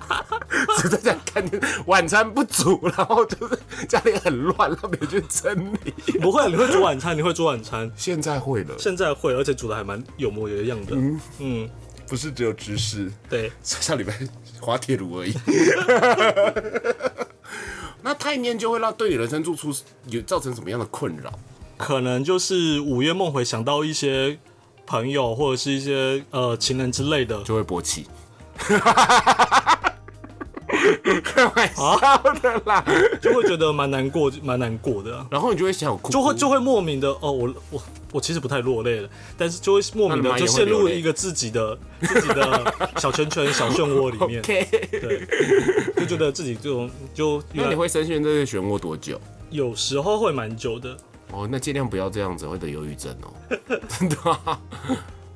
S1: (laughs) 只在家看电晚餐不煮，然后就是家里很乱，让别人去整理。
S2: 不会，你会煮晚餐，你会煮晚餐。
S1: 现在会了，
S2: 现在会，而且煮的还蛮有模有样的。嗯
S1: 不是只有知识。
S2: 对，
S1: 下下礼拜滑铁卢
S2: (laughs)
S1: 而已。那太念就会让对你人生做出有造成什么样的困扰？
S2: 可能就是午夜梦回，想到一些朋友或者是一些呃情人之类的，
S1: 就会勃
S2: (laughs)
S1: 起。开玩笑的啦，
S2: 就会觉得蛮难过，蛮难过的啊、
S1: 然后你就会想哭，
S2: 就会就会莫名的哦，我我我其实不太落泪了，但是就会莫
S1: 那
S2: 名的
S1: 你
S2: 就
S1: 妈也会
S2: 陷
S1: 流
S2: 入
S1: 泪
S2: 一个自己的 (laughs) 自己的小圈圈、小漩涡里面，
S1: OK。
S2: 对，就觉得自己这种就
S1: 那你会深陷在这个漩涡多久？
S2: 有时候会蛮久的，
S1: 哦，那尽量不要这样子，会得忧郁症哦， (laughs) 真的、啊。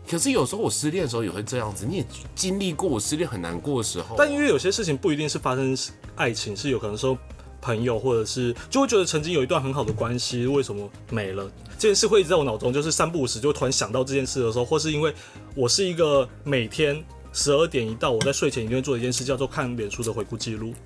S1: 可是有时候我失恋的时候也会这样子，你也经历过我失恋很难过的时候啊，
S2: 但因为有些事情不一定是发生爱情，是有可能说朋友或者是就会觉得曾经有一段很好的关系，为什么没了？这件事会一直在我脑中，就是三不五时就突然想到这件事的时候，或是因为我是一个每天十二点一到，我在睡前一定会做的一件事，叫做看脸书的回顾记录。 (laughs)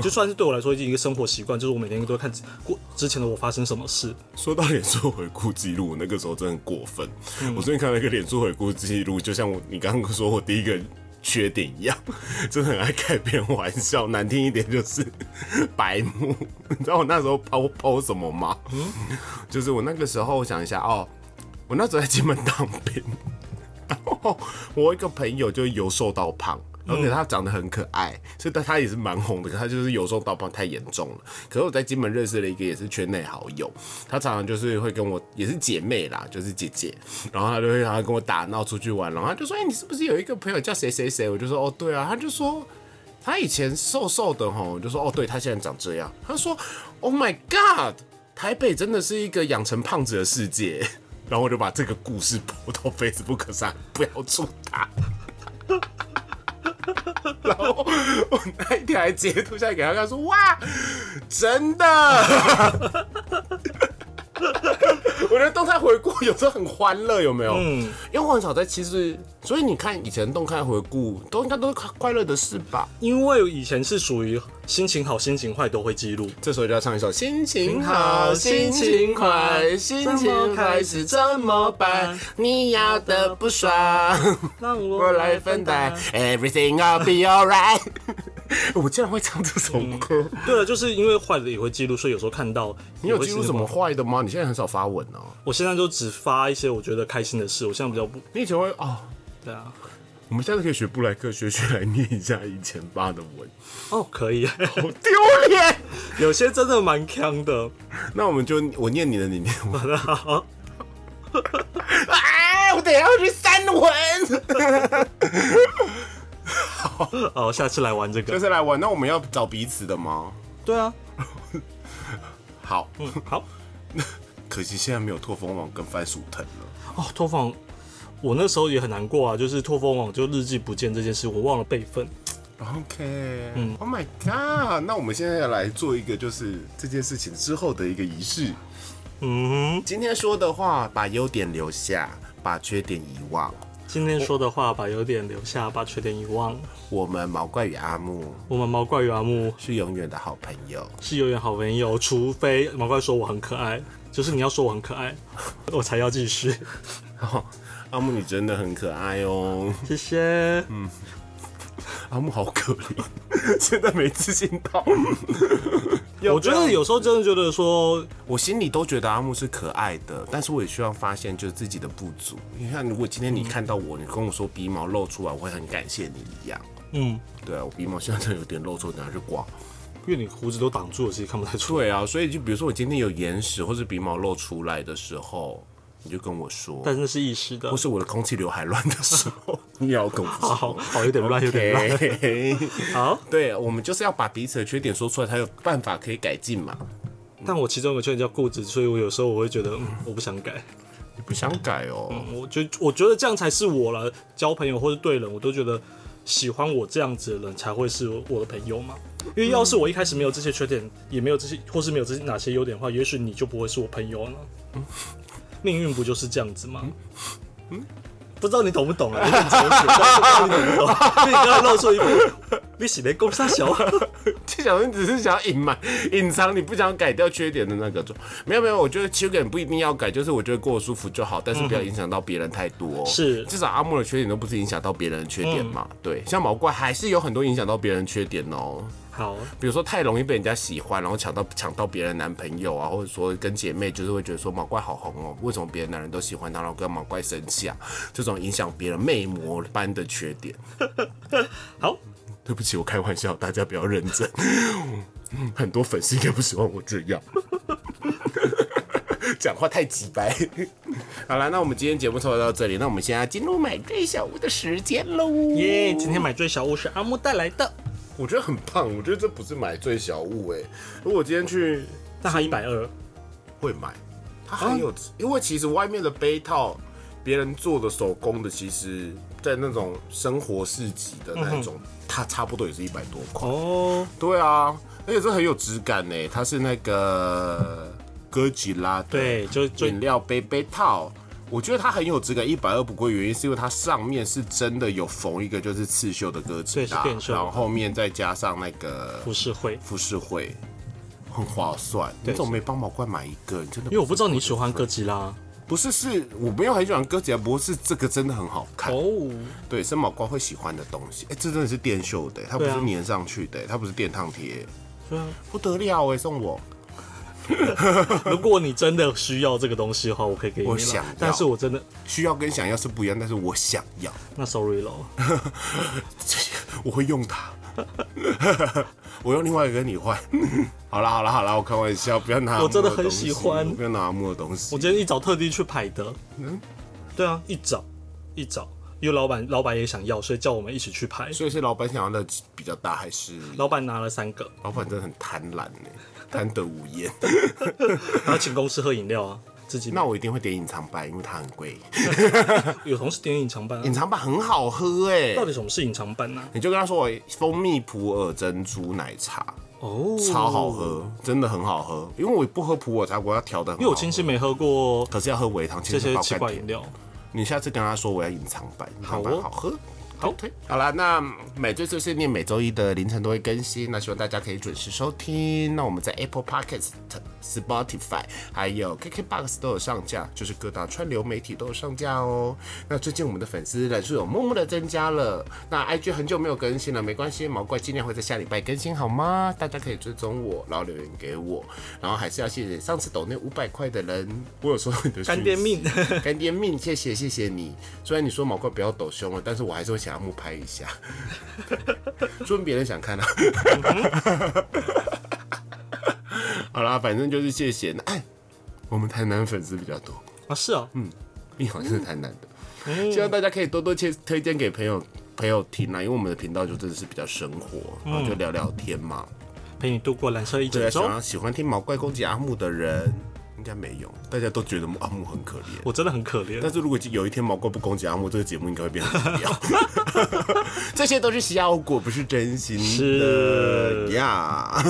S2: 就算是对我来说已经一个生活习惯，就是我每天都会看过之前的我发生什么事。
S1: 说到脸书回顾记录，我那个时候真的很过分。我最近看了一个脸书回顾记录，就像我你刚刚说我第一个缺点一样， (laughs) 真的很爱开别人玩笑，难听一点就是白目。 (laughs) 你知道我那时候抛抛什么吗？就是我那个时候，我想一下哦， (laughs) 我那时候在金门当兵，然后我一个朋友就由瘦到胖，而且他长得很可爱，所以但他也是蛮红的。可他就是有时候盗版太严重了。可是我在金门认识了一个也是圈内好友，他常常就是会跟我也是姐妹啦，就是姐姐，然后他就会常常跟我打闹出去玩，然后他就说：“哎、你是不是有一个朋友叫谁谁谁？”我就说：“哦，对啊。”他就说。他以前瘦瘦的吼，我就说哦，对他现在长这样。他说，Oh my God，台北真的是一个养成胖子的世界。 (laughs) 然后我就把这个故事播到 Facebook 上，不要住他。 (laughs) 然后我那一天还截图下来给他看，说哇，真的。 (laughs) 我觉得动态回顾有时候很欢乐，有没有？嗯，因为我很少在其实，所以你看以前动态回顾都应该都是快快乐的事吧？
S2: 因为以前是属于心情好、心情坏都会记录。
S1: 这时候就要唱一首《心情好，心情快，心情坏是怎么办？你要的不爽，
S2: 让我
S1: 我来分担。，Everything will be alright 。 (laughs) 嗯我竟然会唱这首歌，
S2: 对了，就是因为坏的也会记录，所以有时候看到
S1: 你
S2: 你
S1: 有记录什么？坏的吗？你现在很少发文哦。
S2: 我现在就只发一些我觉得开心的事，我现在比较不
S1: 你以前会哦，
S2: 对啊。
S1: 我们下次可以学布莱克学学来念一下以前发的文，
S2: 哦，可以，
S1: 好丢脸。
S2: (laughs) 有些真的蛮强的。
S1: (laughs) 那我们就我念你的，你念我的。 (laughs)
S2: 好，
S1: 啊！我等一下要去删文。
S2: 好，下次来玩这
S1: 就
S2: 个。
S1: 是来玩，那我们要找彼此的吗？
S2: 对啊，
S1: 好，
S2: 嗯，好。
S1: 可惜现在没有拓风网跟番薯藤了。
S2: 哦，托房，我那时候也很难过啊，就是拓风网就日记不见这件事，我忘了备份。
S1: OK，嗯，Oh my God，那我们现在要来做一个就是这件事情之后的一个仪式。
S2: 嗯，
S1: 今天说的话，把优点留下，把缺点遗忘。
S2: 今天说的话把优点留下，把缺点遗忘。
S1: 我们毛怪与阿木
S2: 我们毛怪与阿木
S1: 是永远的好朋友。 (laughs)
S2: 是有点好朋友，除非毛怪说我很可爱，就是你要说我很可爱， (laughs) 我才要继续。
S1: 阿木，你真的很可爱哦。 (laughs)
S2: 谢谢。
S1: 嗯阿木好可怜， (laughs) 现在没自信
S2: (laughs)
S1: 到。
S2: 我觉得有时候真的觉得说，
S1: 我心里都觉得阿木是可爱的，但是我也需要发现就是自己的不足。你看，如果今天你看到我，你跟我说鼻毛露出来，我会很感谢你一样。
S2: 嗯，
S1: 对啊，我鼻毛现在真的有点露出，等下去刮。
S2: 因为你胡子都挡住了，其实看不太出来。
S1: 对啊，所以就比如说我今天有眼屎或是鼻毛露出来的时候，你就跟我说，
S2: 但是那是意识的
S1: 或。是我的空气刘海乱的时
S2: (laughs)
S1: 候，你也要跟我说。
S2: 好好，有点乱，有点乱。
S1: OK
S2: (laughs) 好，
S1: 对，我们就是要把彼此的缺点说出来，才有办法可以改进嘛。
S2: 但我其中有个缺点叫固执，所以我有时候我会觉得，嗯，我不想改。
S1: 你不想改哦、
S2: 我觉我觉得这样才是我了，交朋友或者对人，我都觉得喜欢我这样子的人才会是我的朋友嘛。因为要是我一开始没有这些缺点，也没有这些，或是没有这些哪些优点的话，也许你就不会是我朋友了。命运不就是这样子吗？不知道你懂不懂啊？有点哲学，但不知道你懂不懂？因为你刚才露出一副你喜没攻杀小，
S1: 就想说你只是想要隐瞒、隐藏你不想改掉缺点的那个，就没有没有，我觉得缺点不一定要改，就是我觉得过得舒服就好，但是不要影响到别人太多。
S2: 是
S1: 至少阿莫的缺点都不是影响到别人的缺点嘛。对，像毛怪还是有很多影响到别人的缺点哦，
S2: 好，
S1: 比如说太容易被人家喜欢，然后抢到抢到别人男朋友啊，或者说跟姐妹就是会觉得说毛怪好红哦，为什么别的男人都喜欢他，然后跟毛怪生气啊？这种影响别人魅魔般的缺点。
S2: 好，
S1: 对不起，我开玩笑，大家不要认真。 (laughs) 很多粉丝应该不喜欢我这样， (laughs) 讲话太直白。 (laughs) 好了，那我们今天节目差不多到这里，那我们现在进入买醉小屋的时间喽。
S2: 耶！今天买醉小屋是阿木带来的，
S1: 我觉得很棒，我觉得这不是买醉小屋哎、如果今天去
S2: 那还一百二，
S1: 会买，它还有，因为其实外面的杯套，别人做的手工的，其实在那种生活市集的那种，它差不多也是一百多块。
S2: 哦，
S1: 对啊，而且这很有质感呢，它是那个哥吉拉的
S2: 对就就
S1: 饮料杯杯套。我觉得它很有质感，一百二不贵，原因是因为它上面是真的有缝一个就是刺绣的哥吉
S2: 对是
S1: 拉，
S2: 变绣的
S1: 然后后面再加上那个
S2: 不是会。
S1: 富士会，很划算。你怎么没帮毛怪买一个？你真的
S2: 因为我不知道你喜欢哥吉拉
S1: 不是是我没有很喜欢哥吉拉，不过是这个真的很好看。 (laughs)
S2: 哦，
S1: 对，生毛怪会喜欢的东西，哎、这真的是电绣的，它不
S2: 对
S1: 是
S2: 啊
S1: 粘上去的，它不是电烫贴，
S2: 对啊。
S1: 不得了哎，送我。
S2: 如果你真的需要这个东西的话，我可以给你啦。
S1: 我想要
S2: 但是我真的
S1: 需要跟想要是不一样，但是我想要。
S2: 那 sorry 咯。
S1: (laughs) 我会用它。 (laughs) 我用另外一个跟你换。 (laughs) 好啦好啦好啦，我开玩笑，不要拿
S2: 我真的
S1: 阿木东
S2: 很喜
S1: 西
S2: 欢
S1: 不要拿阿木的东西。
S2: 我今天一早特地去排的。嗯，对啊，一早一早，因为老板老板也想要，所以叫我们一起去排。
S1: 所以是老板想要的比较大，还是
S2: 老板拿了三个，
S1: 老板真的很贪婪呢、贪得无
S2: (laughs)
S1: 厌。
S2: 然后请公司喝饮料啊，自己
S1: 那我一定会点隐藏版，因为它很贵。
S2: 有同事点隐藏版、
S1: 隐
S2: 啊，
S1: 藏版很好喝哎、
S2: 到底什么是隐藏版呢、
S1: 你就跟他说我蜂蜜普洱珍珠奶茶，
S2: 哦，
S1: 超好，喝，真的很好喝。因为我不喝普洱茶，我要调的。
S2: 因为我亲戚没喝过
S1: 可是要喝微糖，其
S2: 这
S1: 实
S2: 些
S1: 爆
S2: 奇
S1: 甘
S2: 怪
S1: 甜
S2: 饮。料。
S1: 你下次跟他说我要隐藏版，隐藏版
S2: 好哦
S1: 好喝。
S2: 好，
S1: 好啦，那每周碎碎念每周一的凌晨都会更新，那希望大家可以准时收听。那我们在 Apple Podcast、Spotify 还有 KKBox 都有上架，就是各大串流媒体都有上架哦。那最近我们的粉丝人数有默默的增加了，那 IG 很久没有更新了，没关系，毛怪尽量会在下礼拜更新好吗？大家可以追踪我，然后留言给我，然后还是要谢谢上次抖那五百块的人，我有收到你的
S2: 干爹
S1: 讯息
S2: 命，
S1: (laughs) 干爹命，谢谢谢谢你。虽然你说毛怪不要抖胸了，但是我还是会想要木拍一下， (laughs) 说明别人想看啊。 (laughs) 好啦，反正就是谢谢。那哎，我们台南粉丝比较多，
S2: (laughs) 啊，是啊，
S1: 嗯你好像是台南的，希望大家可以多多推推荐给朋友朋友听啊，因为我们的频道就真的是比较生活，然后就聊聊天嘛。
S2: 陪你度过蓝色一
S1: 对啊，
S2: 整
S1: 想
S2: 周。
S1: 要喜欢听毛怪攻击阿木的人，应该没有，大家都觉得阿木很可怜。
S2: 我真的很可怜，
S1: 但是如果有一天毛怪不攻击阿木，这个节目应该会变成这样。这些都是效果，不是真心的
S2: 是
S1: 呀。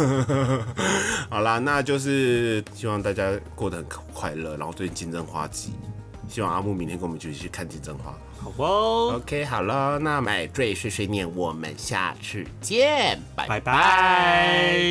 S1: 好啦，那就是希望大家过得很快乐。然后最近金针花季，希望阿木明天跟我们一起去看金针花。
S2: 好哦，
S1: OK，好了，那买醉碎碎念，我们下次见，拜拜
S2: 拜拜。